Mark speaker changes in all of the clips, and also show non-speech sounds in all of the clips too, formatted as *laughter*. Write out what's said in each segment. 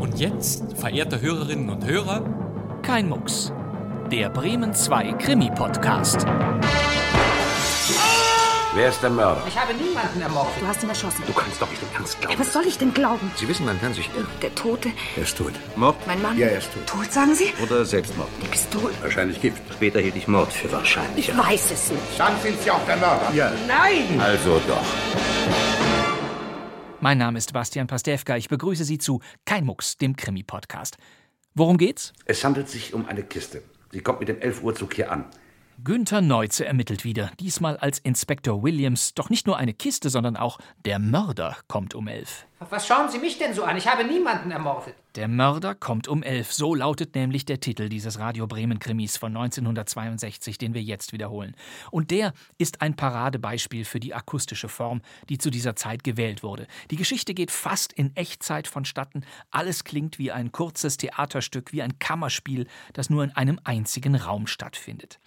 Speaker 1: Und jetzt, verehrte Hörerinnen und Hörer,
Speaker 2: Kein Mucks. Der Bremen 2 Krimi-Podcast.
Speaker 3: Wer ist der Mörder?
Speaker 4: Ich habe niemanden ermordet.
Speaker 5: Du hast ihn erschossen.
Speaker 3: Du kannst doch nicht im Ernst glauben.
Speaker 5: Was soll ich denn glauben?
Speaker 3: Sie wissen, man kann sich irren.
Speaker 5: Der Tote,
Speaker 3: Er ist tot.
Speaker 5: mein Mann. Ja, er ist tot. Tot, sagen Sie?
Speaker 3: Oder Selbstmord.
Speaker 5: Die Pistole.
Speaker 3: Wahrscheinlich Gift. Später hielt ich Mord für wahrscheinlich.
Speaker 5: Ich weiß es nicht.
Speaker 6: Dann sind Sie auch der Mörder. Ja.
Speaker 4: Nein!
Speaker 3: Also doch.
Speaker 2: Mein Name ist Bastian Pastewka. Ich begrüße Sie zu Kein Mucks, dem Krimi-Podcast. Worum geht's?
Speaker 3: Es handelt sich um eine Kiste. Sie kommt mit dem 11 Uhr Zug hier an.
Speaker 2: Günther Neuze ermittelt wieder, diesmal als Inspektor Williams. Doch nicht nur eine Kiste, sondern auch der Mörder kommt um elf.
Speaker 4: Auf Was schauen Sie mich denn so an? Ich habe niemanden ermordet.
Speaker 2: Der Mörder kommt um elf. So lautet nämlich der Titel dieses Radio Bremen Krimis von 1962, den wir jetzt wiederholen. Und der ist ein Paradebeispiel für die akustische Form, die zu dieser Zeit gewählt wurde. Die Geschichte geht fast in Echtzeit vonstatten. Alles klingt wie ein kurzes Theaterstück, wie ein Kammerspiel, das nur in einem einzigen Raum stattfindet.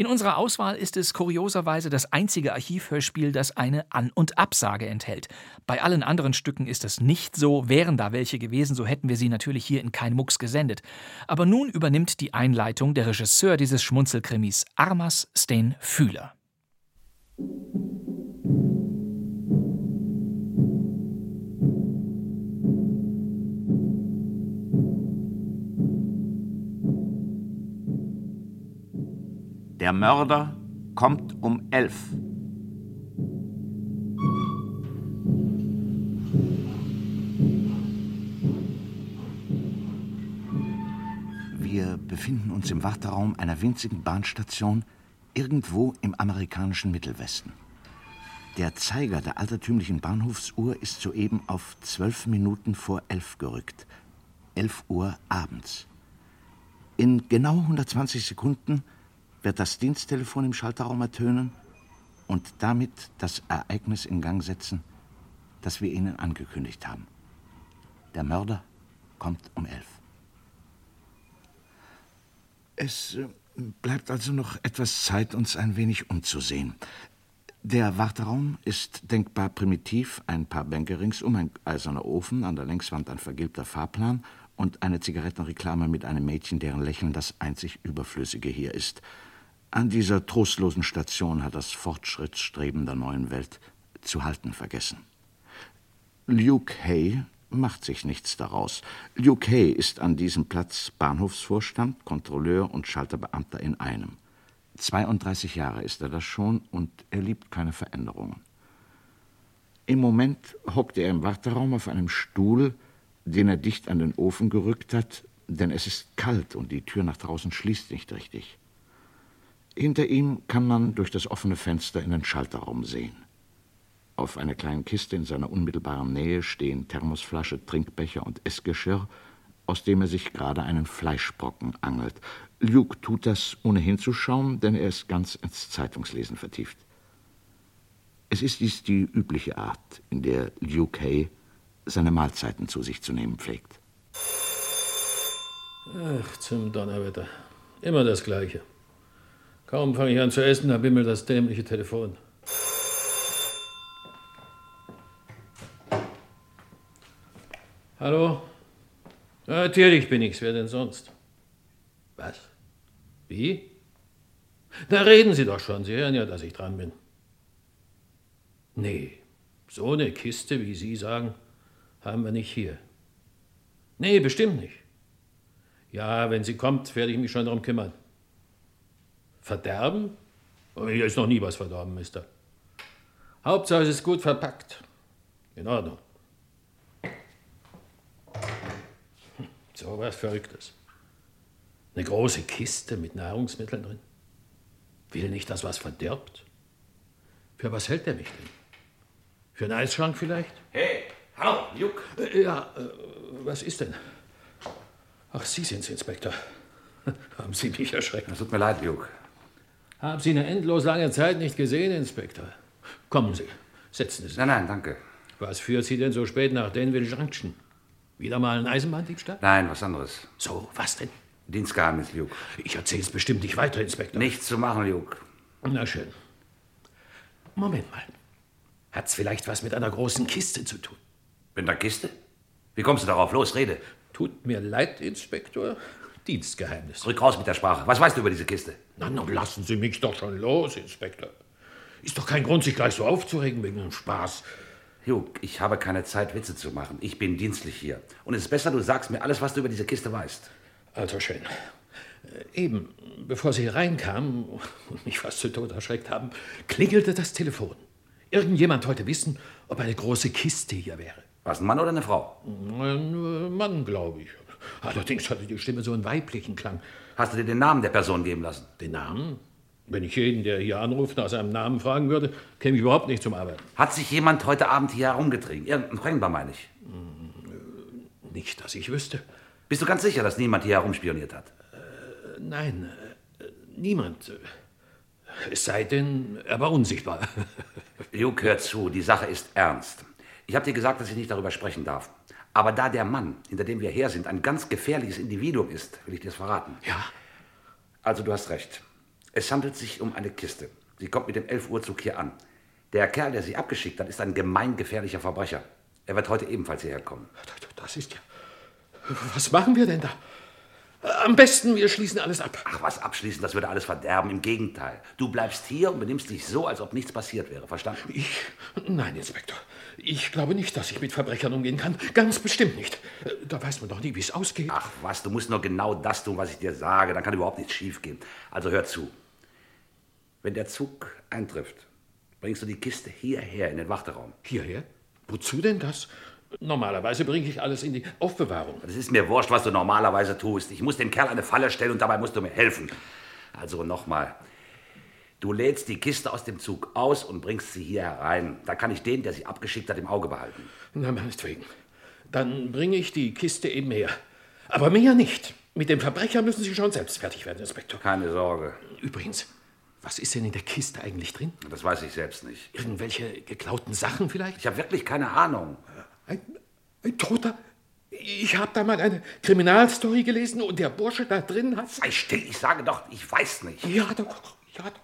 Speaker 2: In unserer Auswahl ist es kurioserweise das einzige Archivhörspiel, das eine An- und Absage enthält. Bei allen anderen Stücken ist es nicht so. Wären da welche gewesen, so hätten wir sie natürlich hier in Kein Mucks gesendet. Aber nun übernimmt die Einleitung der Regisseur dieses Schmunzelkrimis, Armas Sten Fühler.
Speaker 7: Der Mörder kommt um elf. Wir befinden uns im Warteraum einer winzigen Bahnstation irgendwo im amerikanischen Mittelwesten. Der Zeiger der altertümlichen Bahnhofsuhr ist soeben auf zwölf Minuten vor elf gerückt. Elf Uhr abends. In genau 120 Sekunden wird das Diensttelefon im Schalterraum ertönen und damit das Ereignis in Gang setzen, das wir Ihnen angekündigt haben. Der Mörder kommt um elf. Es äh, bleibt also noch etwas Zeit, uns ein wenig umzusehen. Der Warteraum ist denkbar primitiv, ein paar Bänke ringsum, ein eiserner Ofen, an der Längswand ein vergilbter Fahrplan und eine Zigarettenreklame mit einem Mädchen, deren Lächeln das einzig Überflüssige hier ist. An dieser trostlosen Station hat das Fortschrittsstreben der neuen Welt zu halten vergessen. Luke Hay macht sich nichts daraus. Luke Hay ist an diesem Platz Bahnhofsvorstand, Kontrolleur und Schalterbeamter in einem. 32 Jahre ist er das schon und er liebt keine Veränderungen. Im Moment hockt er im Warteraum auf einem Stuhl, den er dicht an den Ofen gerückt hat, denn es ist kalt und die Tür nach draußen schließt nicht richtig. Hinter ihm kann man durch das offene Fenster in den Schalterraum sehen. Auf einer kleinen Kiste in seiner unmittelbaren Nähe stehen Thermosflasche, Trinkbecher und Essgeschirr, aus dem er sich gerade einen Fleischbrocken angelt. Luke tut das, ohne hinzuschauen, denn er ist ganz ins Zeitungslesen vertieft. Es ist dies die übliche Art, in der Luke Hay seine Mahlzeiten zu sich zu nehmen pflegt.
Speaker 8: Ach, zum Donnerwetter. Immer das Gleiche. Kaum fange ich an zu essen, da bimmelt das dämliche Telefon. Hallo? Ah, Natürlich bin ich's, wer denn sonst? Was? Wie? Da reden Sie doch schon, Sie hören ja, dass ich dran bin. Nee, so eine Kiste, wie Sie sagen, haben wir nicht hier. Nee, bestimmt nicht. Ja, wenn sie kommt, werde ich mich schon darum kümmern. Verderben? Aber Hier ist noch nie was verdorben, Mister. Hauptsache, es ist gut verpackt. In Ordnung. Hm, So was Verrücktes. Eine große Kiste mit Nahrungsmitteln drin. Will nicht, dass was verdirbt? Für was hält der mich denn? Für einen Eisschrank vielleicht?
Speaker 3: Hey, hallo, Luke.
Speaker 8: Äh, Ja, äh, was ist denn? Ach, Sie sind's, Inspektor. *laughs* Haben Sie mich erschreckt?
Speaker 3: Es tut mir leid, Luke.
Speaker 8: Haben Sie eine endlos lange Zeit nicht gesehen, Inspektor? Kommen Sie, setzen Sie sich.
Speaker 3: Nein, nein, danke.
Speaker 8: Was führt Sie denn so spät nach Denville Junction? Wieder mal ein Eisenbahndiebstahl?
Speaker 3: Nein, was anderes.
Speaker 8: So, was denn?
Speaker 3: Dienstgeheimnis, Luke.
Speaker 8: Ich erzähl's bestimmt nicht weiter, Inspektor.
Speaker 3: Nichts zu machen, Luke.
Speaker 8: Na schön. Moment mal. Hat's vielleicht was mit einer großen Kiste zu tun?
Speaker 3: Bin der Kiste? Wie kommst du darauf? Los, rede.
Speaker 8: Tut mir leid, Inspektor. Dienstgeheimnis.
Speaker 3: Rück raus mit der Sprache. Was weißt du über diese Kiste?
Speaker 8: Na, nun lassen Sie mich doch schon los, Inspektor. Ist doch kein Grund, sich gleich so aufzuregen wegen einem Spaß.
Speaker 3: Hugh, ich habe keine Zeit, Witze zu machen. Ich bin dienstlich hier. Und es ist besser, du sagst mir alles, was du über diese Kiste weißt.
Speaker 8: Also schön. Äh, Eben, bevor Sie hereinkamen und mich fast zu Tode erschreckt haben, klingelte das Telefon. Irgendjemand wollte wissen, ob eine große Kiste hier wäre.
Speaker 3: War es ein Mann oder eine Frau?
Speaker 8: Ein äh, Mann, glaube ich. Allerdings hatte die Stimme so einen weiblichen Klang.
Speaker 3: Hast du dir den Namen der Person geben lassen?
Speaker 8: Den Namen? Wenn ich jeden, der hier anruft, nach seinem Namen fragen würde, käme ich überhaupt nicht zum Arbeiten.
Speaker 3: Hat sich jemand heute Abend hier herumgetrieben? Irgendein Fremder, meine ich.
Speaker 8: Nicht, dass ich wüsste.
Speaker 3: Bist du ganz sicher, dass niemand hier herumspioniert hat?
Speaker 8: Nein, äh, niemand. Es sei denn, er war unsichtbar.
Speaker 3: Luke, hör zu, die Sache ist ernst. Ich habe dir gesagt, dass ich nicht darüber sprechen darf. Aber da der Mann, hinter dem wir her sind, ein ganz gefährliches Individuum ist, will ich dir es verraten.
Speaker 8: Ja,
Speaker 3: Also, du hast recht. Es handelt sich um eine Kiste. Sie kommt mit dem 11 Uhr Zug hier an. Der Kerl, der sie abgeschickt hat, ist ein gemeingefährlicher Verbrecher. Er wird heute ebenfalls hierher kommen.
Speaker 8: Also, das ist ja. Was machen wir denn da? Am besten, wir schließen alles ab.
Speaker 3: Ach, was abschließen, das würde alles verderben. Im Gegenteil. Du bleibst hier und benimmst dich so, als ob nichts passiert wäre. Verstanden?
Speaker 8: Ich. Nein, Inspektor. Ich glaube nicht, dass ich mit Verbrechern umgehen kann. Ganz bestimmt nicht. Äh, Da weiß man doch nie, wie es ausgeht.
Speaker 3: Ach was, du musst nur genau das tun, was ich dir sage. Dann kann überhaupt nichts schiefgehen. Also hör zu. Wenn der Zug eintrifft, bringst du die Kiste hierher in den Warteraum.
Speaker 8: Hierher? Wozu denn das? Normalerweise bringe ich alles in die Aufbewahrung.
Speaker 3: Es ist mir wurscht, was du normalerweise tust. Ich muss dem Kerl eine Falle stellen und dabei musst du mir helfen. Also nochmal. Du lädst die Kiste aus dem Zug aus und bringst sie hier herein. Da kann ich den, der sie abgeschickt hat, im Auge behalten.
Speaker 8: Na, meinetwegen. Dann bringe ich die Kiste eben her. Aber mehr nicht. Mit dem Verbrecher müssen Sie schon selbst fertig werden, Inspektor.
Speaker 3: Keine Sorge,
Speaker 8: Übrigens, was ist denn in der Kiste eigentlich drin?
Speaker 3: das weiß ich selbst nicht.
Speaker 8: Irgendwelche geklauten Sachen vielleicht?
Speaker 3: Ich habe wirklich keine Ahnung.
Speaker 8: Ein, ein Toter? Ich habe da mal eine Kriminalstory gelesen und der Bursche da drin hat.
Speaker 3: Sei still, ich sage doch, ich weiß nicht.
Speaker 8: Ja, doch, ja, doch.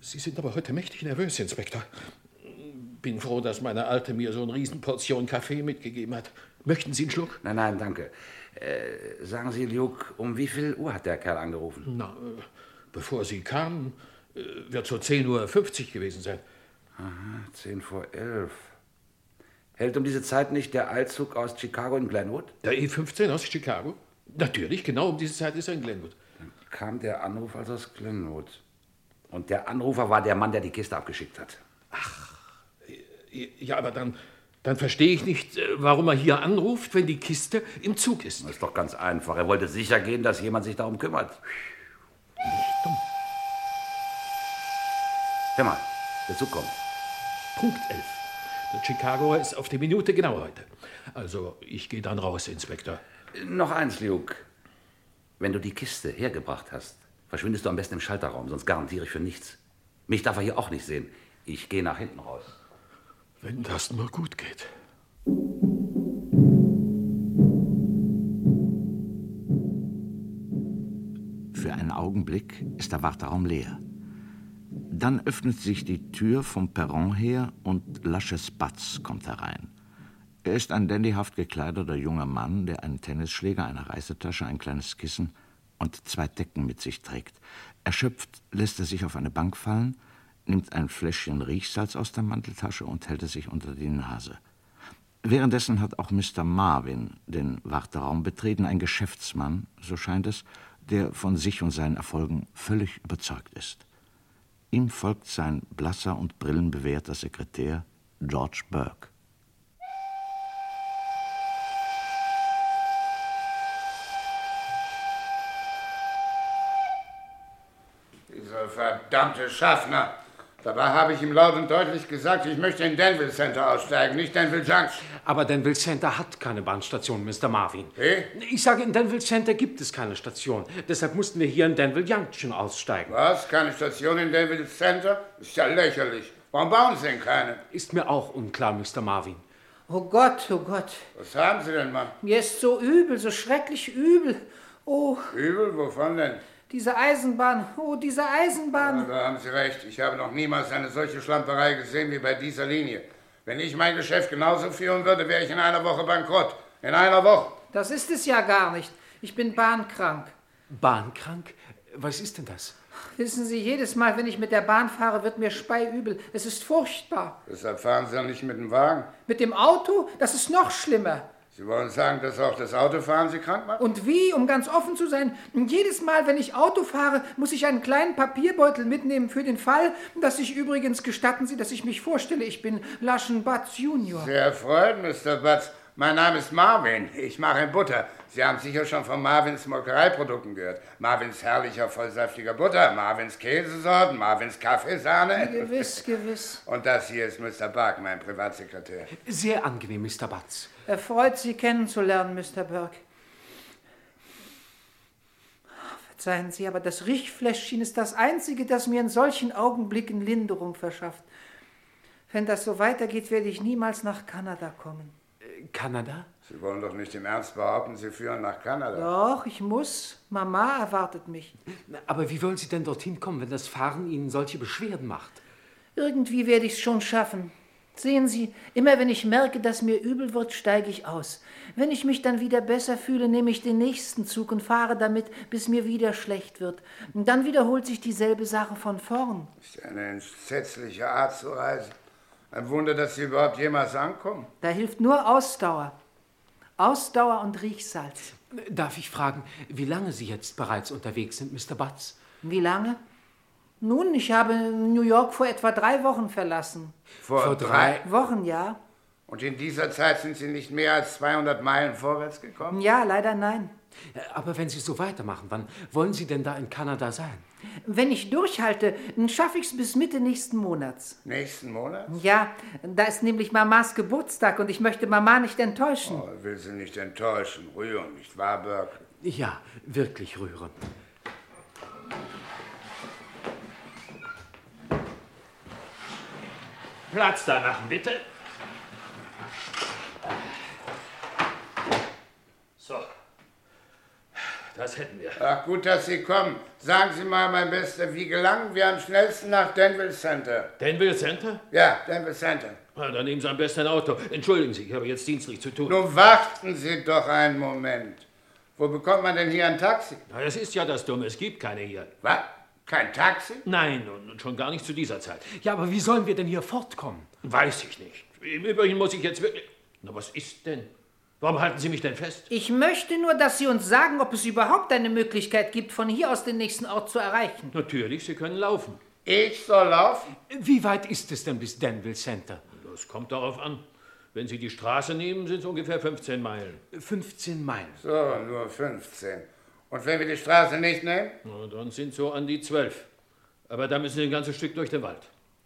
Speaker 8: Sie sind aber heute mächtig nervös, Inspektor. Bin froh, dass meine Alte mir so eine Riesenportion Kaffee mitgegeben hat. Möchten Sie einen Schluck?
Speaker 3: Nein, nein, danke. Äh, sagen Sie, Luke, um wie viel Uhr hat der Kerl angerufen?
Speaker 8: Na, äh, bevor Sie kamen, äh, wird so 10.50 Uhr gewesen sein.
Speaker 3: Zehn vor elf. Hält um diese Zeit nicht der Eilzug aus Chicago in Glenwood?
Speaker 8: Der E15 aus Chicago? Natürlich, genau um diese Zeit ist er in Glenwood.
Speaker 3: kam der Anruf also aus Glenwood. Und der Anrufer war der Mann, der die Kiste abgeschickt hat.
Speaker 8: Ja, aber dann, dann verstehe ich nicht, äh, warum er hier anruft, wenn die Kiste im Zug ist.
Speaker 3: Das ist doch ganz einfach. Er wollte sicher gehen, dass jemand sich darum kümmert. Hör mal, der Zug kommt.
Speaker 8: Punkt 11. Der Chicagoer ist auf die Minute genau heute. Also, ich gehe dann raus, Inspektor.
Speaker 3: Äh, Noch eins, Luke. Wenn du die Kiste hergebracht hast, verschwindest du am besten im Schalterraum, sonst garantiere ich für nichts. Mich darf er hier auch nicht sehen. Ich gehe nach hinten raus.
Speaker 8: Wenn das nur gut geht.
Speaker 7: Für einen Augenblick ist der Warteraum leer. Dann öffnet sich die Tür vom Perron her und Lasches Batz kommt herein. Er ist ein dandyhaft gekleideter junger Mann, der einen Tennisschläger, eine Reisetasche, ein kleines Kissen und zwei Decken mit sich trägt. Erschöpft lässt er sich auf eine Bank fallen, nimmt ein Fläschchen Riechsalz aus der Manteltasche und hält es sich unter die Nase. Währenddessen hat auch Mr. Marvin den Warteraum betreten, ein Geschäftsmann, so scheint es, der von sich und seinen Erfolgen völlig überzeugt ist. Ihm folgt sein blasser und brillenbewehrter Sekretär George Burke.
Speaker 6: Dieser verdammte Schaffner. Dabei habe ich ihm laut und deutlich gesagt, ich möchte in Danville Center aussteigen, nicht Danville Junction.
Speaker 9: Aber Danville Center hat keine Bahnstation, Mr. Marvin.
Speaker 6: Hä?
Speaker 9: Ich sage, in Danville Center gibt es keine Station. Deshalb mussten wir hier in Danville Junction aussteigen.
Speaker 6: Was? Keine Station in Danville Center? Ist ja lächerlich. Warum bauen Sie denn keine?
Speaker 9: Ist mir auch unklar, Mr. Marvin.
Speaker 4: Oh Gott, oh Gott.
Speaker 6: Was haben Sie denn, Mann?
Speaker 4: Mir ist so übel, so schrecklich übel. Oh,
Speaker 6: Übel? Wovon denn?
Speaker 4: diese Eisenbahn. Oh, diese
Speaker 6: Ja,
Speaker 4: Eisenbahn.
Speaker 6: Da haben Sie recht. Ich habe noch niemals eine solche Schlamperei gesehen wie bei dieser Linie. Wenn ich mein Geschäft genauso führen würde, wäre ich in einer Woche bankrott. In einer Woche.
Speaker 4: Das ist es ja gar nicht. Ich bin bahnkrank.
Speaker 10: Bahnkrank? Was ist denn das?
Speaker 4: Wissen Sie, jedes Mal, wenn ich mit der Bahn fahre, wird mir speiübel. Es ist furchtbar.
Speaker 6: Deshalb fahren Sie ja nicht mit dem Wagen.
Speaker 4: Mit dem Auto, das ist noch schlimmer.
Speaker 6: Sie wollen sagen, dass auch das Autofahren Sie krank macht?
Speaker 4: Und wie, um ganz offen zu sein, jedes Mal, wenn ich Auto fahre, muss ich einen kleinen Papierbeutel mitnehmen für den Fall, dass ich übrigens, gestatten Sie, dass ich mich vorstelle, ich bin Laschenbatz Junior.
Speaker 6: Sehr erfreut, Mr. Butts. Mein Name ist Marvin. Ich mache Butter. Sie haben sicher schon von Marvins Molkereiprodukten gehört. Marvins herrlicher, vollsaftiger Butter, Marvins Käsesorten, Marvins Kaffeesahne.
Speaker 4: Gewiss, gewiss.
Speaker 6: Und das hier ist Mr. Bark, mein Privatsekretär.
Speaker 10: Sehr angenehm, Mr. Batz.
Speaker 4: Erfreut, Sie kennenzulernen, Mr. Burke. Verzeihen Sie, aber das Riechfläschchen ist das einzige, das mir in solchen Augenblicken Linderung verschafft. Wenn das so weitergeht, werde ich niemals nach Kanada kommen.
Speaker 10: Kanada?
Speaker 6: Sie wollen doch nicht im Ernst behaupten, Sie führen nach Kanada.
Speaker 4: Doch, ich muss. Mama erwartet mich.
Speaker 10: Na, Aber wie wollen Sie denn dorthin kommen, wenn das Fahren Ihnen solche Beschwerden macht?
Speaker 4: Irgendwie werde ich es schon schaffen. Sehen Sie, immer wenn ich merke, dass mir übel wird, steige ich aus. Wenn ich mich dann wieder besser fühle, nehme ich den nächsten Zug und fahre damit, bis mir wieder schlecht wird. Und dann wiederholt sich dieselbe Sache von vorn.
Speaker 6: Das ist eine entsetzliche Art zu reisen. Ein Wunder, dass Sie überhaupt jemals ankommen.
Speaker 4: Da hilft nur Ausdauer. Ausdauer und Riechsalz.
Speaker 10: Darf ich fragen, wie lange Sie jetzt bereits unterwegs sind, Mr. Batz?
Speaker 4: Wie lange? Nun, ich habe New York vor etwa drei Wochen verlassen.
Speaker 6: Vor,
Speaker 10: Vor drei-
Speaker 4: Wochen, ja?
Speaker 6: Und in dieser Zeit sind Sie nicht mehr als 200 Meilen vorwärts gekommen?
Speaker 4: Ja, leider nein.
Speaker 10: Aber wenn Sie so weitermachen, wann wollen Sie denn da in Kanada sein?
Speaker 4: Wenn ich durchhalte, schaffe ich es bis Mitte nächsten Monats.
Speaker 6: Nächsten Monat?
Speaker 4: Ja, da ist nämlich Mamas Geburtstag und ich möchte Mama nicht enttäuschen.
Speaker 6: Oh, ich will Sie nicht enttäuschen. Rührung, nicht wahr, Burke?
Speaker 10: Ja, wirklich rührend.
Speaker 8: Platz danach, bitte. So. Das hätten wir.
Speaker 6: Ach, gut, dass Sie kommen. Sagen Sie mal, mein Bester, wie gelangen wir am schnellsten nach Denville Center?
Speaker 8: Danville Center?
Speaker 6: Ja, Denville Center.
Speaker 8: Na, dann nehmen Sie am besten ein Auto. Entschuldigen Sie, ich habe jetzt dienstlich zu tun.
Speaker 6: Nun warten Sie doch einen Moment. Wo bekommt man denn hier ein Taxi?
Speaker 8: Na, das ist ja das Dumme. Es gibt keine hier.
Speaker 6: Was? Kein Taxi?
Speaker 8: Nein, und und schon gar nicht zu dieser Zeit.
Speaker 10: Ja, aber wie sollen wir denn hier fortkommen?
Speaker 8: Weiß ich nicht. Im Übrigen muss ich jetzt wirklich. Na, was ist denn? Warum halten Sie mich denn fest?
Speaker 4: Ich möchte nur, dass Sie uns sagen, ob es überhaupt eine Möglichkeit gibt, von hier aus den nächsten Ort zu erreichen.
Speaker 8: Natürlich, Sie können laufen.
Speaker 6: Ich soll laufen?
Speaker 10: Wie weit ist es denn bis Danville Center?
Speaker 8: Das kommt darauf an. Wenn Sie die Straße nehmen, sind es ungefähr 15 Meilen.
Speaker 10: 15 Meilen.
Speaker 6: So, nur 15. Und wenn wir die Straße nicht nehmen?
Speaker 8: Na, dann sind so an die 12. Aber da müssen Sie ein ganzes Stück durch den Wald.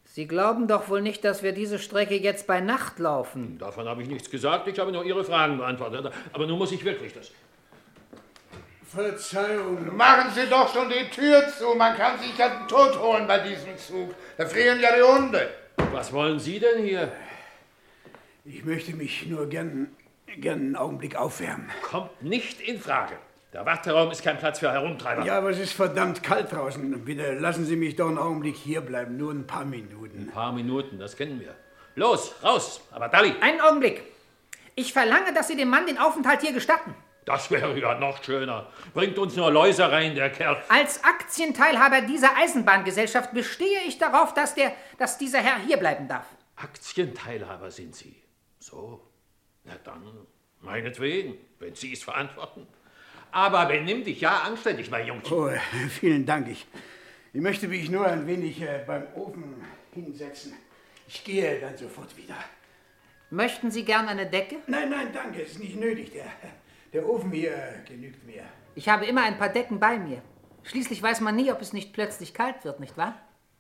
Speaker 4: Sie glauben doch wohl nicht, dass wir diese Strecke jetzt bei Nacht laufen.
Speaker 8: Davon habe ich nichts gesagt. Ich habe nur Ihre Fragen beantwortet. Aber nun muss ich wirklich das.
Speaker 6: Verzeihung. Machen Sie doch schon die Tür zu. Man kann sich ja den Tod holen bei diesem Zug. Da frieren ja die Hunde.
Speaker 8: Was wollen Sie denn hier?
Speaker 11: Ich möchte mich nur gern, gern einen Augenblick aufwärmen.
Speaker 8: Kommt nicht in Frage. Der Warteraum ist kein Platz für Herumtreiber.
Speaker 11: Ja, aber es ist verdammt kalt draußen. Bitte lassen Sie mich doch einen Augenblick hier bleiben, nur ein paar Minuten.
Speaker 8: Ein paar Minuten, das kennen wir. Los, raus, aber Dalli.
Speaker 4: Einen Augenblick. Ich verlange, dass Sie dem Mann den Aufenthalt hier gestatten.
Speaker 8: Das wäre ja noch schöner. Bringt uns nur Läuse rein, der Kerl.
Speaker 4: Als Aktienteilhaber dieser Eisenbahngesellschaft bestehe ich darauf, dass, der, dass dieser Herr hier bleiben darf.
Speaker 8: Aktienteilhaber sind Sie. So. Na dann, meinetwegen, wenn Sie es verantworten. Aber benimm dich ja anständig, mein Jungchen.
Speaker 11: Oh, *laughs* vielen Dank. Ich, ich möchte mich nur ein wenig äh, beim Ofen hinsetzen. Ich gehe dann sofort wieder.
Speaker 4: Möchten Sie gern eine Decke?
Speaker 11: Nein, nein, danke, ist nicht nötig. Der, der Ofen hier genügt mir.
Speaker 4: Ich habe immer ein paar Decken bei mir. Schließlich weiß man nie, ob es nicht plötzlich kalt wird, nicht wahr?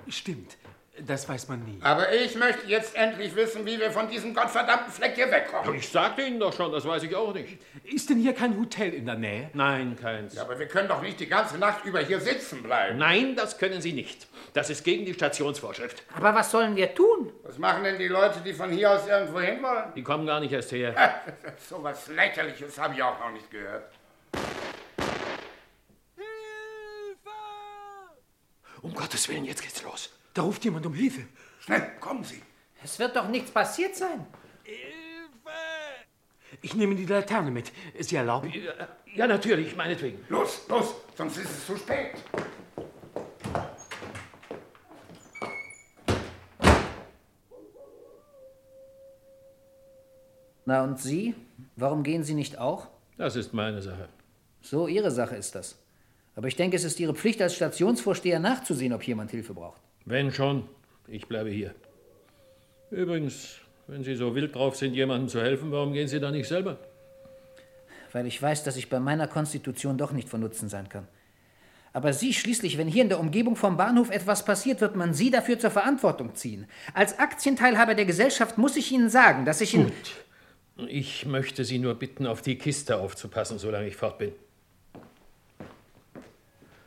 Speaker 10: Stimmt, das weiß man nie.
Speaker 6: Aber ich möchte jetzt endlich wissen, wie wir von diesem gottverdammten Fleck hier wegkommen.
Speaker 8: Ich sagte Ihnen doch schon, das weiß ich auch nicht.
Speaker 10: Ist denn hier kein Hotel in der Nähe?
Speaker 8: Nein, keins.
Speaker 6: Ja, aber wir können doch nicht die ganze Nacht über hier sitzen bleiben.
Speaker 8: Nein, das können Sie nicht. Das ist gegen die Stationsvorschrift.
Speaker 4: Aber was sollen wir tun?
Speaker 6: Was machen denn die Leute, die von hier aus irgendwo hin wollen?
Speaker 8: Die kommen gar nicht erst her.
Speaker 10: Äh,
Speaker 6: So was Lächerliches habe ich auch noch nicht gehört.
Speaker 8: Um Gottes Willen, jetzt geht's los.
Speaker 10: Da ruft jemand um Hilfe.
Speaker 6: Schnell, kommen Sie.
Speaker 4: Es wird doch nichts passiert sein.
Speaker 9: Ich nehme die Laterne mit. Sie erlauben?
Speaker 8: Ja, natürlich, meinetwegen.
Speaker 6: Los, los, sonst ist es zu spät.
Speaker 4: Na und Sie? Warum gehen Sie nicht auch?
Speaker 8: Das ist meine Sache.
Speaker 4: So, Ihre Sache ist das. Aber ich denke, es ist Ihre Pflicht als Stationsvorsteher nachzusehen, ob jemand Hilfe braucht.
Speaker 8: Wenn schon, ich bleibe hier. Übrigens, wenn Sie so wild drauf sind, jemandem zu helfen, warum gehen Sie da nicht selber?
Speaker 4: Weil ich weiß, dass ich bei meiner Konstitution doch nicht von Nutzen sein kann. Aber Sie schließlich, wenn hier in der Umgebung vom Bahnhof etwas passiert, wird man Sie dafür zur Verantwortung ziehen. Als Aktienteilhaber der Gesellschaft muss ich Ihnen sagen, dass ich in.
Speaker 8: Ich möchte Sie nur bitten, auf die Kiste aufzupassen, solange ich fort bin.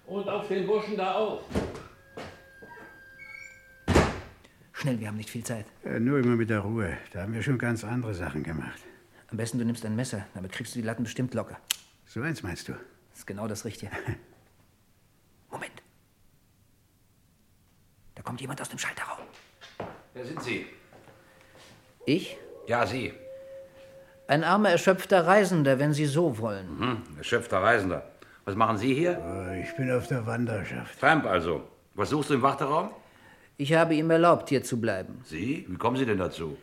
Speaker 8: Und auf den Burschen da auch.
Speaker 4: Schnell, wir haben nicht viel Zeit.
Speaker 11: Äh, nur immer mit der Ruhe. Da haben wir schon ganz andere Sachen gemacht.
Speaker 4: Am besten du nimmst ein Messer, damit kriegst du die Latten bestimmt locker.
Speaker 11: So eins meinst du?
Speaker 4: Das ist genau das Richtige. *laughs* Moment. Da kommt jemand aus dem Schalterraum.
Speaker 3: Wer sind Sie?
Speaker 4: Ich?
Speaker 3: Ja, Sie.
Speaker 4: Ein armer, erschöpfter Reisender, wenn Sie so wollen.
Speaker 3: Hm, erschöpfter Reisender. Was machen Sie hier?
Speaker 11: Äh, Ich bin auf der Wanderschaft.
Speaker 3: Tramp also. Was suchst du im Warteraum?
Speaker 4: Ich habe ihm erlaubt, hier zu bleiben.
Speaker 3: Sie? Wie kommen Sie denn dazu?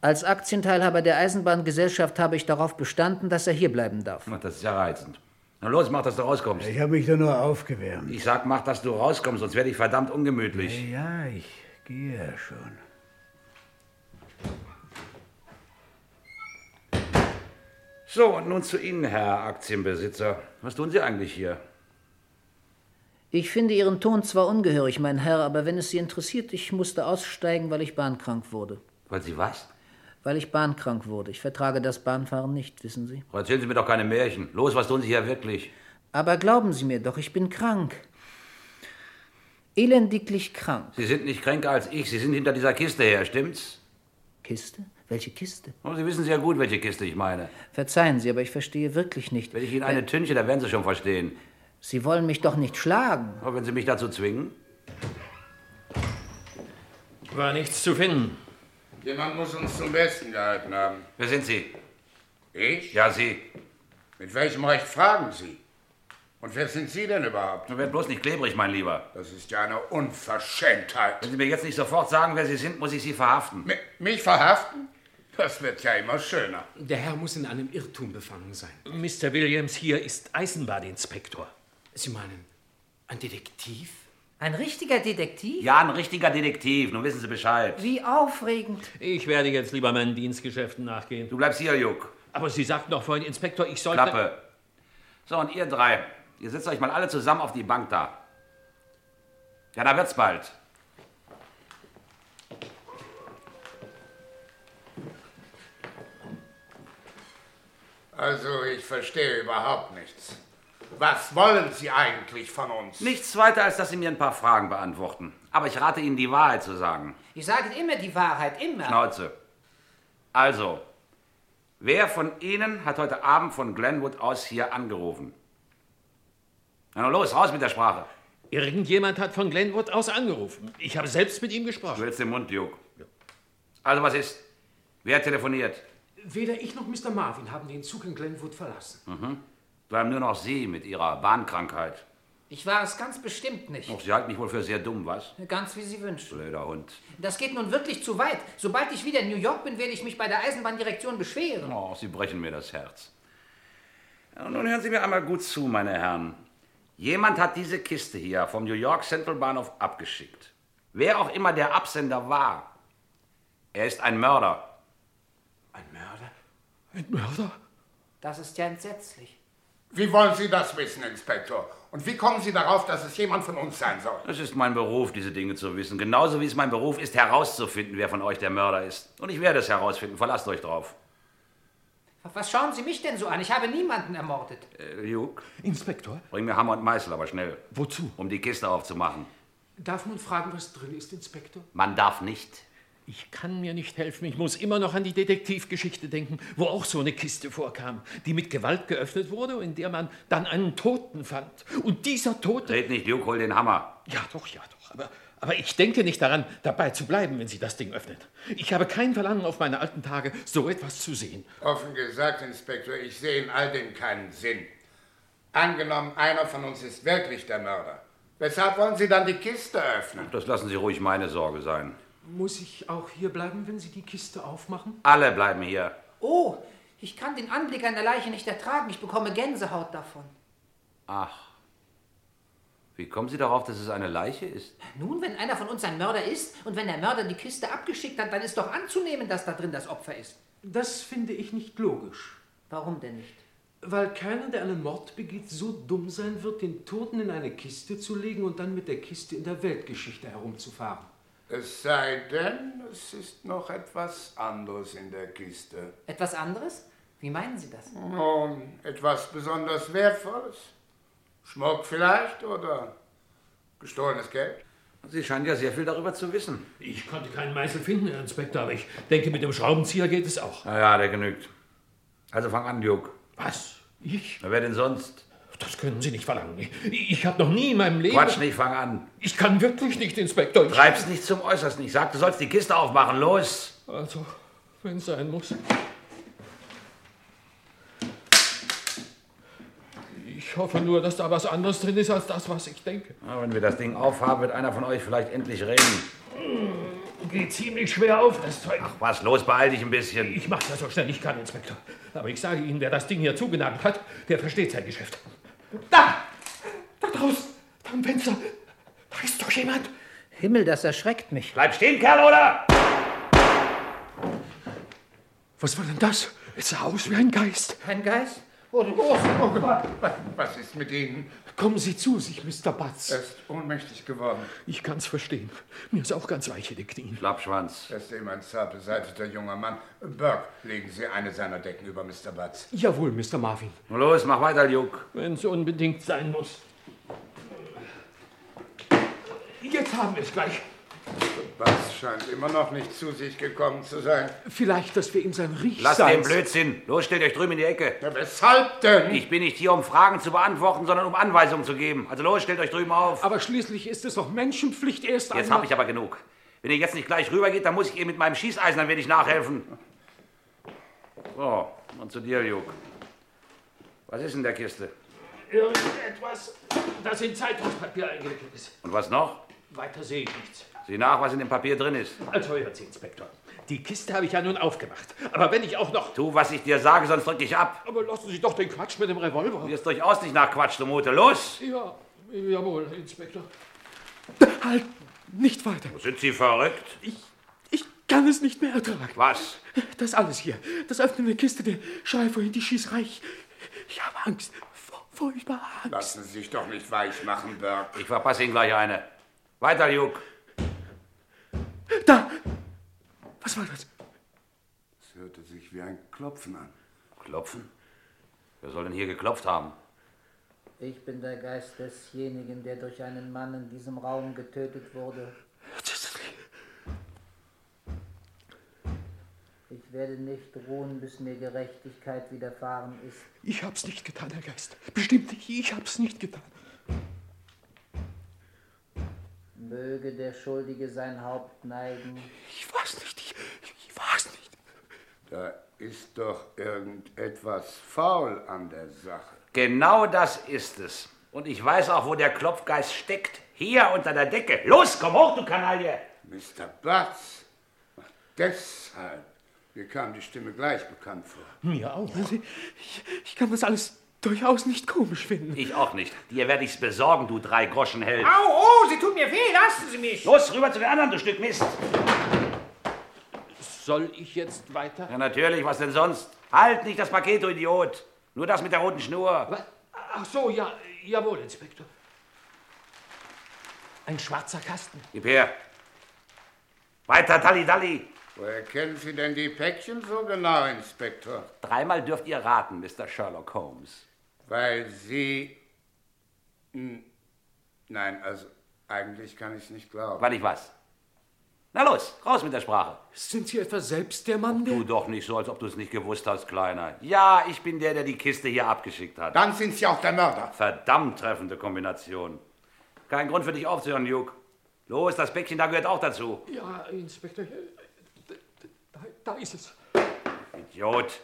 Speaker 4: Als Aktienteilhaber der Eisenbahngesellschaft habe ich darauf bestanden, dass er hier bleiben darf.
Speaker 3: Ach, Hm, das ist ja reizend. Na los, mach, dass du rauskommst.
Speaker 11: Ich habe mich da nur aufgewärmt.
Speaker 3: Ich sag, mach, dass du rauskommst, sonst werde ich verdammt ungemütlich.
Speaker 11: Ja, ich gehe schon.
Speaker 3: So, und nun zu Ihnen, Herr Aktienbesitzer. Was tun Sie eigentlich hier?
Speaker 4: Ich finde Ihren Ton zwar ungehörig, mein Herr, aber wenn es Sie interessiert, ich musste aussteigen, weil ich bahnkrank wurde.
Speaker 3: Weil Sie was?
Speaker 4: Weil ich bahnkrank wurde. Ich vertrage das Bahnfahren nicht, wissen Sie.
Speaker 3: Erzählen Sie mir doch keine Märchen. Los, was tun Sie hier wirklich?
Speaker 4: Aber glauben Sie mir doch, ich bin krank. Elendiglich krank.
Speaker 3: Sie sind nicht kränker als ich. Sie sind hinter dieser Kiste her, stimmt's?
Speaker 4: Kiste? Welche Kiste?
Speaker 3: Oh, Sie wissen sehr gut, welche Kiste ich meine.
Speaker 4: Verzeihen Sie, aber ich verstehe wirklich nicht.
Speaker 3: Wenn ich Ihnen eine tünche, da werden Sie schon verstehen.
Speaker 4: Sie wollen mich doch nicht schlagen.
Speaker 3: Aber wenn Sie mich dazu zwingen?
Speaker 8: War nichts zu finden.
Speaker 6: Jemand muss uns zum Besten gehalten haben.
Speaker 3: Wer sind Sie?
Speaker 6: Ich?
Speaker 3: Ja, Sie.
Speaker 6: Mit welchem Recht fragen Sie? Und wer sind Sie denn überhaupt?
Speaker 3: Du wirst bloß nicht klebrig, mein Lieber.
Speaker 6: Das ist ja eine Unverschämtheit.
Speaker 3: Wenn Sie mir jetzt nicht sofort sagen, wer Sie sind, muss ich Sie verhaften.
Speaker 6: Mi- mich verhaften? Das wird ja immer schöner.
Speaker 9: Der Herr muss in einem Irrtum befangen sein.
Speaker 8: Mr. Williams hier ist Eisenbahninspektor.
Speaker 9: Sie meinen, ein Detektiv?
Speaker 4: Ein richtiger Detektiv?
Speaker 3: Ja, ein richtiger Detektiv. Nun wissen Sie Bescheid.
Speaker 4: Wie aufregend.
Speaker 8: Ich werde jetzt lieber meinen Dienstgeschäften nachgehen.
Speaker 3: Du bleibst hier, Juck.
Speaker 8: Aber Sie sagten doch vorhin, Inspektor, ich sollte...
Speaker 3: Klappe. So, und ihr drei. Ihr setzt euch mal alle zusammen auf die Bank da. Ja, da wird's bald.
Speaker 6: Also, ich verstehe überhaupt nichts. Was wollen Sie eigentlich von uns?
Speaker 3: Nichts weiter, als dass Sie mir ein paar Fragen beantworten. Aber ich rate Ihnen, die Wahrheit zu sagen.
Speaker 4: Ich sage immer die Wahrheit, immer.
Speaker 3: Schnauze. Also, wer von Ihnen hat heute Abend von Glenwood aus hier angerufen? Na nun los, raus mit der Sprache.
Speaker 8: Irgendjemand hat von Glenwood aus angerufen. Ich habe selbst mit ihm
Speaker 3: Du
Speaker 8: gesprochen.
Speaker 3: hältst den Mund, Duke. Also, was ist? Wer hat telefoniert?
Speaker 9: Weder ich noch Mr. Marvin haben den Zug in Glenwood verlassen.
Speaker 3: Bleiben nur noch Sie mit Ihrer Bahnkrankheit.
Speaker 4: Ich war es ganz bestimmt nicht.
Speaker 3: Och, Sie halten mich wohl für sehr dumm, was?
Speaker 4: Ganz wie Sie wünschen.
Speaker 3: Blöder Hund.
Speaker 4: Das geht nun wirklich zu weit. Sobald ich wieder in New York bin, werde ich mich bei der Eisenbahndirektion beschweren.
Speaker 3: Oh, Sie brechen mir das Herz. Und nun hören Sie mir einmal gut zu, meine Herren. Jemand hat diese Kiste hier vom New York Central Bahnhof abgeschickt. Wer auch immer der Absender war, er ist ein Mörder.
Speaker 9: Ein Mörder?
Speaker 8: Ein Mörder?
Speaker 4: Das ist ja entsetzlich.
Speaker 6: Wie wollen Sie das wissen, Inspektor? Und wie kommen Sie darauf, dass es jemand von uns sein soll?
Speaker 3: Es ist mein Beruf, diese Dinge zu wissen. Genauso wie es mein Beruf ist, herauszufinden, wer von euch der Mörder ist. Und ich werde es herausfinden. Verlasst euch drauf.
Speaker 4: Was schauen Sie mich denn so an? Ich habe niemanden ermordet.
Speaker 3: Äh, Luke,
Speaker 9: Inspektor,
Speaker 3: bring mir Hammer und Meißel, aber schnell,
Speaker 9: wozu?
Speaker 3: um die Kiste aufzumachen.
Speaker 9: Darf man fragen, was drin ist, Inspektor?
Speaker 3: Man darf nicht.
Speaker 8: Ich kann mir nicht helfen. Ich muss immer noch an die Detektivgeschichte denken, wo auch so eine Kiste vorkam, die mit Gewalt geöffnet wurde und in der man dann einen Toten fand. Und dieser Tote.
Speaker 3: Red nicht, Duke, hol den Hammer.
Speaker 8: Ja, doch, ja, doch. Aber, Aber ich denke nicht daran, dabei zu bleiben, wenn sie das Ding öffnet. Ich habe kein Verlangen, auf meine alten Tage so etwas zu sehen.
Speaker 6: Offen gesagt, Inspektor, ich sehe in all dem keinen Sinn. Angenommen, einer von uns ist wirklich der Mörder. Weshalb wollen Sie dann die Kiste öffnen?
Speaker 3: Das lassen Sie ruhig meine Sorge sein.
Speaker 9: Muss ich auch hier bleiben, wenn Sie die Kiste aufmachen?
Speaker 3: Alle bleiben hier.
Speaker 4: Oh, ich kann den Anblick einer Leiche nicht ertragen. Ich bekomme Gänsehaut davon.
Speaker 3: Ach. Wie kommen Sie darauf, dass es eine Leiche ist?
Speaker 4: Nun, wenn einer von uns ein Mörder ist und wenn der Mörder die Kiste abgeschickt hat, dann ist doch anzunehmen, dass da drin das Opfer ist.
Speaker 9: Das finde ich nicht logisch.
Speaker 4: Warum denn nicht?
Speaker 9: Weil keiner, der einen Mord begeht, so dumm sein wird, den Toten in eine Kiste zu legen und dann mit der Kiste in der Weltgeschichte herumzufahren.
Speaker 6: Es sei denn, es ist noch etwas anderes in der Kiste.
Speaker 4: Etwas anderes? Wie meinen Sie das?
Speaker 6: Nun, etwas besonders Wertvolles. Schmuck vielleicht oder gestohlenes Geld?
Speaker 3: Sie scheinen ja sehr viel darüber zu wissen.
Speaker 8: Ich konnte keinen Meißel finden, Herr Inspektor, aber ich denke, mit dem Schraubenzieher geht es auch.
Speaker 3: Na ja, der genügt. Also fang an, Duke.
Speaker 8: Was? Ich?
Speaker 3: Na, wer denn sonst?
Speaker 8: Das können Sie nicht verlangen. Ich, ich habe noch nie in meinem Leben.
Speaker 3: Quatsch nicht, fang an.
Speaker 8: Ich kann wirklich nicht, Inspektor. Ich
Speaker 3: Treib's nicht zum Äußersten. Ich sag, du sollst die Kiste aufmachen. Los!
Speaker 8: Also, wenn es sein muss. Ich hoffe nur, dass da was anderes drin ist als das, was ich denke.
Speaker 3: Na, wenn wir das Ding aufhaben, wird einer von euch vielleicht endlich reden.
Speaker 8: Geht ziemlich schwer auf, das Zeug.
Speaker 3: Ach, was los? Beeil dich ein bisschen.
Speaker 8: Ich mache das so schnell ich kann, Inspektor. Aber ich sage Ihnen, wer das Ding hier zugenagelt hat, der versteht sein Geschäft. Da! Da draußen! Da am Fenster! Da ist doch jemand!
Speaker 4: Himmel, das erschreckt mich.
Speaker 3: Bleib stehen, Kerl, oder?
Speaker 8: Was war denn das? Es sah aus wie ein Geist.
Speaker 4: Ein Geist?
Speaker 6: Oh, oh, oh Gott, was ist mit Ihnen?
Speaker 8: Kommen Sie zu sich, Mr. Batz.
Speaker 6: Er ist ohnmächtig geworden.
Speaker 8: Ich kann's verstehen. Mir ist auch ganz weich in den Knien.
Speaker 3: Schlappschwanz.
Speaker 6: Das ist eben ein zart beseiteter junger Mann. Burke, legen Sie eine seiner Decken über Mr. Batz.
Speaker 9: Jawohl, Mr. Marvin.
Speaker 3: Nun Los, mach weiter, Duke.
Speaker 8: Wenn's unbedingt sein muss. Jetzt haben wir es gleich.
Speaker 6: Batz scheint immer noch nicht zu sich gekommen zu sein.
Speaker 9: Vielleicht, dass wir ihm sein
Speaker 3: Lasst den
Speaker 9: Riechsalz...
Speaker 3: Blödsinn. Los, stellt euch drüben in die Ecke.
Speaker 6: Ja, weshalb denn?
Speaker 3: Ich bin nicht hier, um Fragen zu beantworten, sondern um Anweisungen zu geben. Also los, stellt euch drüben auf.
Speaker 9: Aber schließlich ist es doch Menschenpflicht erst
Speaker 3: Jetzt
Speaker 9: einmal...
Speaker 3: habe ich aber genug. Wenn ihr jetzt nicht gleich rübergeht, dann muss ich ihr mit meinem Schießeisen ein wenig nachhelfen. So, und zu dir, Juk. Was ist in der Kiste?
Speaker 8: Irgendetwas, das in Zeitungspapier eingewickelt ist.
Speaker 3: Und was noch?
Speaker 8: Weiter sehe ich nichts.
Speaker 3: Sieh nach, was in dem Papier drin ist.
Speaker 8: Also hören Sie, Inspektor. Die Kiste habe ich ja nun aufgemacht. Aber wenn ich auch noch...
Speaker 3: Tu, was ich dir sage, sonst drück dich ab.
Speaker 8: Aber lassen Sie doch den Quatsch mit dem Revolver.
Speaker 3: Mir ist durchaus nicht nach Quatsch zumute. Los!
Speaker 8: Ja, jawohl, Inspektor. Halt! Nicht weiter.
Speaker 3: Sind Sie verrückt?
Speaker 9: Ich, ich kann es nicht mehr ertragen.
Speaker 3: Was?
Speaker 9: Das alles hier. Das Öffnen der Kiste, der Schrei vorhin, die Schießerei. Ich, ich habe Angst. Fu- Furchtbare Angst.
Speaker 6: Lassen Sie sich doch nicht weich machen, Burke.
Speaker 3: Ich verpasse Ihnen gleich eine. Weiter, Juk.
Speaker 9: Da! Was war das?
Speaker 6: Es hörte sich wie ein Klopfen an.
Speaker 3: Klopfen? Wer soll denn hier geklopft haben?
Speaker 4: Ich bin der Geist desjenigen, der durch einen Mann in diesem Raum getötet wurde. Ich werde nicht ruhen, bis mir Gerechtigkeit widerfahren ist.
Speaker 8: Ich hab's nicht getan, Herr Geist. Bestimmt nicht. Ich hab's nicht getan.
Speaker 4: Möge der Schuldige sein Haupt neigen.
Speaker 9: Ich weiß nicht. Ich, ich weiß nicht.
Speaker 6: Da ist doch irgendetwas faul an der Sache.
Speaker 3: Genau das ist es. Und ich weiß auch, wo der Klopfgeist steckt. Hier unter der Decke. Los, komm hoch, du Kanaille!
Speaker 6: Mr. Batz, Ach, deshalb. Mir kam die Stimme gleich bekannt vor.
Speaker 8: Mir auch.
Speaker 9: Ich, ich kann das alles durchaus nicht komisch finden.
Speaker 3: Ich auch nicht. Dir werde ich's besorgen, du drei Groschenheld.
Speaker 4: Au, oh, Sie tun mir weh, lassen Sie mich!
Speaker 3: Los, rüber zu den anderen, du Stück Mist.
Speaker 8: Soll ich jetzt weiter?
Speaker 3: Ja, natürlich, was denn sonst? Halt nicht das Paket, du Idiot. Nur das mit der roten Schnur.
Speaker 8: Was? Ach so, ja, jawohl, Inspektor. Ein schwarzer Kasten.
Speaker 3: Gib her. Weiter, Dalli, Dalli.
Speaker 6: Woher kennen Sie denn die Päckchen so genau, Inspektor?
Speaker 3: Dreimal dürft ihr raten, Mr. Sherlock Holmes.
Speaker 6: Weil Sie. Hm, Nein, also eigentlich kann ich es nicht glauben.
Speaker 3: Weil ich was? Na los, raus mit der Sprache.
Speaker 9: Sind Sie etwa selbst der Mann, der...
Speaker 3: Du doch nicht so, als ob du es nicht gewusst hast, Kleiner. Ja, ich bin der, der die Kiste hier abgeschickt hat.
Speaker 6: Dann sind Sie auch der Mörder.
Speaker 3: Verdammt treffende Kombination. Kein Grund für dich aufzuhören, Duke. Los, das Päckchen da gehört auch dazu.
Speaker 12: Ja, Inspektor,
Speaker 8: äh,
Speaker 12: da, da ist es.
Speaker 3: Idiot.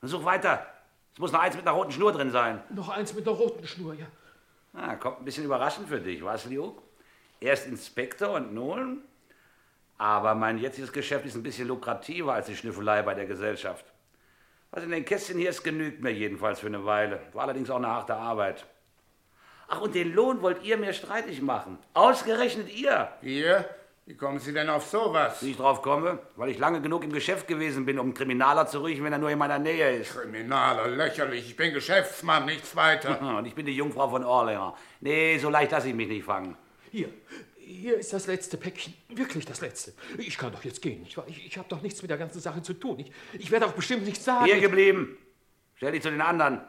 Speaker 3: Dann such weiter. Es muss noch eins mit einer roten Schnur drin sein.
Speaker 12: Noch eins mit der roten Schnur, ja.
Speaker 3: Ah, kommt ein bisschen überraschend für dich, was, Leo? Erst Inspektor und nun? Aber mein jetziges Geschäft ist ein bisschen lukrativer als die Schnüffelei bei der Gesellschaft. Was in den Kästchen hier ist, genügt mir jedenfalls für eine Weile. War allerdings auch eine harte Arbeit. Ach, und den Lohn wollt ihr mir streitig machen. Ausgerechnet ihr.
Speaker 6: Ihr? Wie kommen Sie denn auf sowas?
Speaker 3: Wie ich drauf komme? Weil ich lange genug im Geschäft gewesen bin, um einen Kriminaler zu riechen, wenn er nur in meiner Nähe ist.
Speaker 6: Kriminaler, lächerlich. Ich bin Geschäftsmann, nichts weiter.
Speaker 3: Ah, Und ich bin die Jungfrau von Orleans. Nee, so leicht lasse ich mich nicht fangen.
Speaker 12: Hier, hier ist das letzte Päckchen. Wirklich das letzte. Ich kann doch jetzt gehen, nicht wahr? Ich, ich habe doch nichts mit der ganzen Sache zu tun. Ich, ich werde auch bestimmt nichts sagen.
Speaker 3: Hier geblieben. Stell dich zu den anderen.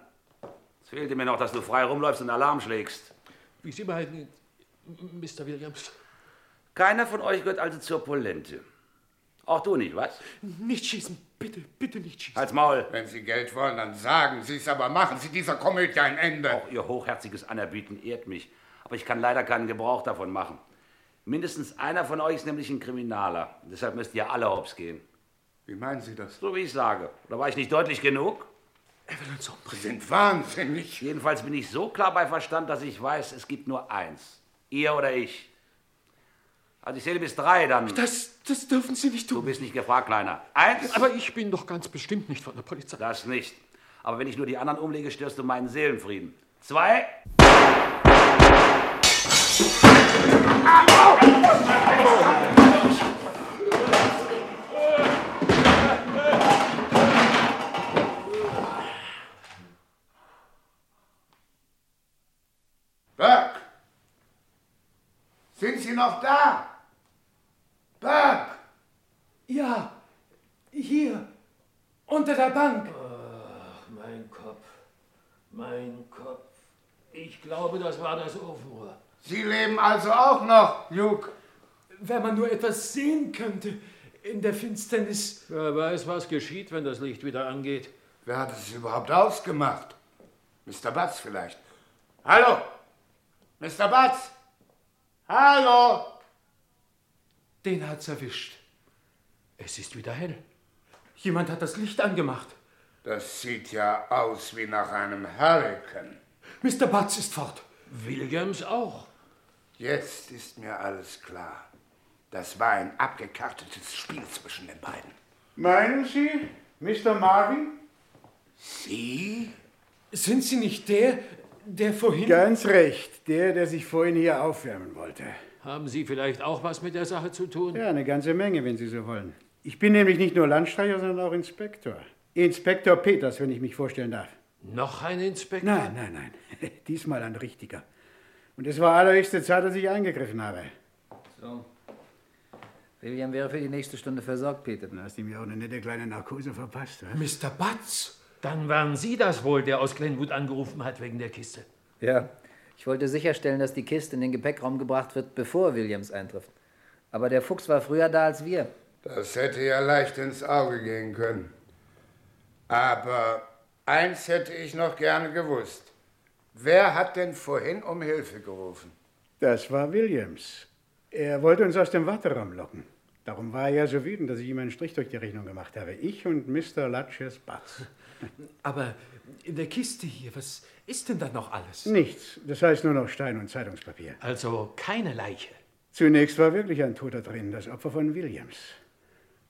Speaker 3: Es fehlte mir noch, dass du frei rumläufst und Alarm schlägst.
Speaker 12: Wie Sie beiden, Mr. Williams.
Speaker 3: Keiner von euch gehört also zur Polente. Auch du nicht, was?
Speaker 12: Nicht schießen, bitte, bitte nicht schießen.
Speaker 3: Halt's Maul.
Speaker 6: Wenn Sie Geld wollen, dann sagen Sie es, aber machen Sie dieser Komödie ein Ende.
Speaker 3: Auch Ihr hochherziges Anerbieten ehrt mich. Aber ich kann leider keinen Gebrauch davon machen. Mindestens einer von euch ist nämlich ein Kriminaler. Deshalb müsst ihr alle hops gehen.
Speaker 6: Wie meinen Sie das?
Speaker 3: So wie ich sage. Oder war ich nicht deutlich genug?
Speaker 12: Er will uns
Speaker 6: umbringen. Sie sind wahnsinnig.
Speaker 3: Jedenfalls bin ich so klar bei Verstand, dass ich weiß, es gibt nur eins. Ihr oder ich. Also ich zähle bis drei, dann...
Speaker 12: Das, das dürfen Sie nicht tun.
Speaker 3: Du bist nicht gefragt, Kleiner. Eins...
Speaker 12: Aber ich bin doch ganz bestimmt nicht von der Polizei.
Speaker 3: Das nicht. Aber wenn ich nur die anderen umlege, störst du meinen Seelenfrieden. Zwei...
Speaker 6: Berg! Sind Sie noch da? Berg!
Speaker 13: Ja, hier, unter der Bank.
Speaker 8: Ach, mein Kopf, mein Kopf. Ich glaube, das war das Ofenrohr.
Speaker 6: Sie leben also auch noch, Luke.
Speaker 13: Wenn man nur etwas sehen könnte in der Finsternis.
Speaker 8: Wer weiß, was geschieht, wenn das Licht wieder angeht.
Speaker 6: Wer hat es überhaupt ausgemacht? Mr. Batz vielleicht. Hallo? Mr. Batz? Hallo?
Speaker 13: Den hat's erwischt.
Speaker 8: Es ist wieder hell.
Speaker 13: Jemand hat das Licht angemacht.
Speaker 6: Das sieht ja aus wie nach einem Hurrikan.
Speaker 13: Mr. Batz ist fort.
Speaker 8: Williams auch.
Speaker 6: Jetzt ist mir alles klar. Das war ein abgekartetes Spiel zwischen den beiden.
Speaker 11: Meinen Sie, Mr. Marvin?
Speaker 6: Sie?
Speaker 13: Sind Sie nicht der, der vorhin.
Speaker 11: Ganz recht, der, der sich vorhin hier aufwärmen wollte.
Speaker 8: Haben Sie vielleicht auch was mit der Sache zu tun?
Speaker 11: Ja, eine ganze Menge, wenn Sie so wollen. Ich bin nämlich nicht nur Landstreicher, sondern auch Inspektor. Inspektor Peters, wenn ich mich vorstellen darf.
Speaker 8: Noch ein Inspektor?
Speaker 11: Nein, nein, *laughs* nein. Diesmal ein richtiger. Und es war allerhöchste Zeit, dass ich eingegriffen habe.
Speaker 4: So. William wäre für die nächste Stunde versorgt, Peter.
Speaker 11: Dann hast du mir auch eine nette kleine Narkose verpasst. Oder?
Speaker 13: Mr. Batz?
Speaker 8: Dann waren Sie das wohl, der aus Glenwood angerufen hat wegen der Kiste.
Speaker 4: Ja. Ich wollte sicherstellen, dass die Kiste in den Gepäckraum gebracht wird, bevor Williams eintrifft. Aber der Fuchs war früher da als wir.
Speaker 6: Das hätte ja leicht ins Auge gehen können. Aber eins hätte ich noch gerne gewusst. Wer hat denn vorhin um Hilfe gerufen?
Speaker 11: Das war Williams. Er wollte uns aus dem Warteraum locken. Darum war er ja so wütend, dass ich ihm einen Strich durch die Rechnung gemacht habe. Ich und Mr. Latches Batz.
Speaker 13: Aber in der Kiste hier, was ist denn da noch alles?
Speaker 11: Nichts. Das heißt nur noch Stein und Zeitungspapier.
Speaker 8: Also keine Leiche.
Speaker 11: Zunächst war wirklich ein Toter drin, das Opfer von Williams.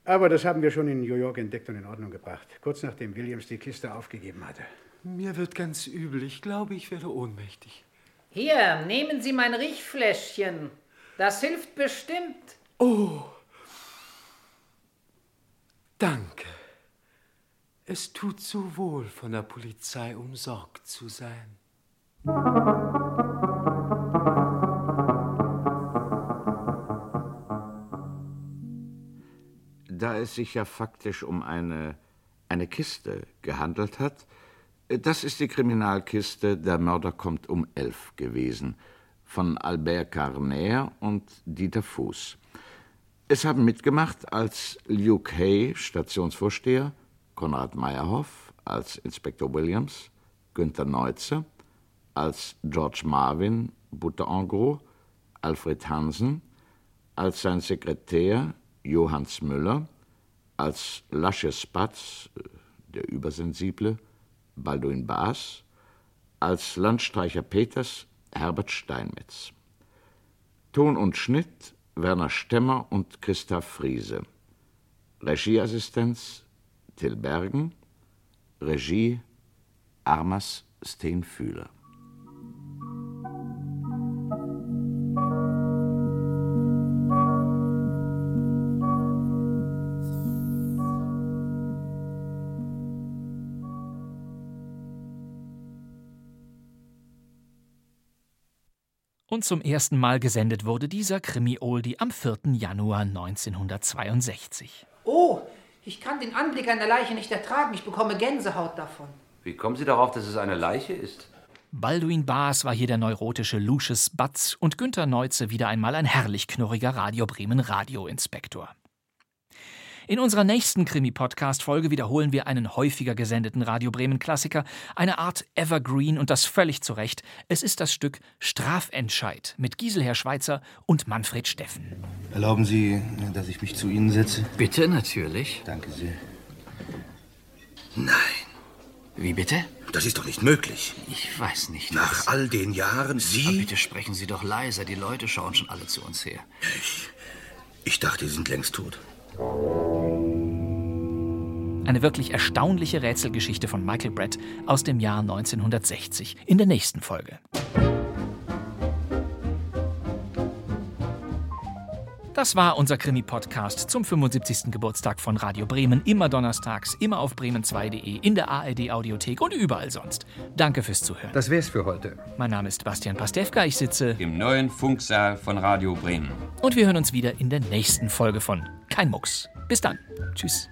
Speaker 11: Aber das haben wir schon in New York entdeckt und in Ordnung gebracht, kurz nachdem Williams die Kiste aufgegeben hatte.
Speaker 13: Mir wird ganz übel. Ich glaube, ich werde ohnmächtig.
Speaker 14: Hier, nehmen Sie mein Riechfläschchen. Das hilft bestimmt.
Speaker 13: Oh. Danke. Es tut so wohl, von der Polizei umsorgt zu sein.
Speaker 7: Da es sich ja faktisch um eine, eine Kiste gehandelt hat, äh, das ist die Kriminalkiste Der Mörder kommt um elf gewesen von Albert Carner und Dieter Fuß. Es haben mitgemacht als Luke Hay, Stationsvorsteher, Konrad Meyerhoff als Inspektor Williams, Günther Neutze als George Marvin, Butter en gros, Alfred Hansen, als sein Sekretär Johannes Müller, als Lasche Spatz, äh, der Übersensible, Balduin Baas, als Landstreicher Peters Herbert Steinmetz. Ton und Schnitt Werner Stemmer und Christa Friese. Regieassistenz Till Bergen. Regie Armas Steenfühler.
Speaker 2: Und zum ersten Mal gesendet wurde dieser Krimi-Oldie am 4. Januar 1962.
Speaker 4: Oh, ich kann den Anblick einer Leiche nicht ertragen. Ich bekomme Gänsehaut davon.
Speaker 3: Wie kommen Sie darauf, dass es eine Leiche ist?
Speaker 2: Balduin Baas war hier der neurotische Lucius Batz und Günther Neuze wieder einmal ein herrlich knurriger Radio Bremen Radioinspektor. In unserer nächsten Krimi-Podcast-Folge wiederholen wir einen häufiger gesendeten Radio Bremen-Klassiker, eine Art Evergreen und das völlig zu Recht. Es ist das Stück Strafentscheid mit Giselher Schweizer und Manfred Steffen.
Speaker 15: Erlauben Sie, dass ich mich zu Ihnen setze?
Speaker 16: Bitte, natürlich.
Speaker 15: Danke sehr.
Speaker 16: Nein. Wie bitte?
Speaker 15: Das ist doch nicht möglich.
Speaker 16: Ich weiß nicht.
Speaker 15: Nach all den Jahren Sie.
Speaker 16: bitte sprechen Sie doch leiser. Die Leute schauen schon alle zu uns her.
Speaker 15: Ich dachte, Sie sind längst tot.
Speaker 2: Eine wirklich erstaunliche Rätselgeschichte von Michael Brett aus dem Jahr 1960 in der nächsten Folge. Das war unser Krimi-Podcast zum 75. Geburtstag von Radio Bremen. Immer donnerstags, immer auf bremen2.de, in der ARD-Audiothek und überall sonst. Danke fürs Zuhören.
Speaker 17: Das wär's für heute.
Speaker 2: Mein Name ist Bastian Pastewka, ich sitze
Speaker 17: im neuen Funksaal von Radio Bremen.
Speaker 2: und wir hören uns wieder in der nächsten Folge von Kein Mucks. Bis dann. Tschüss.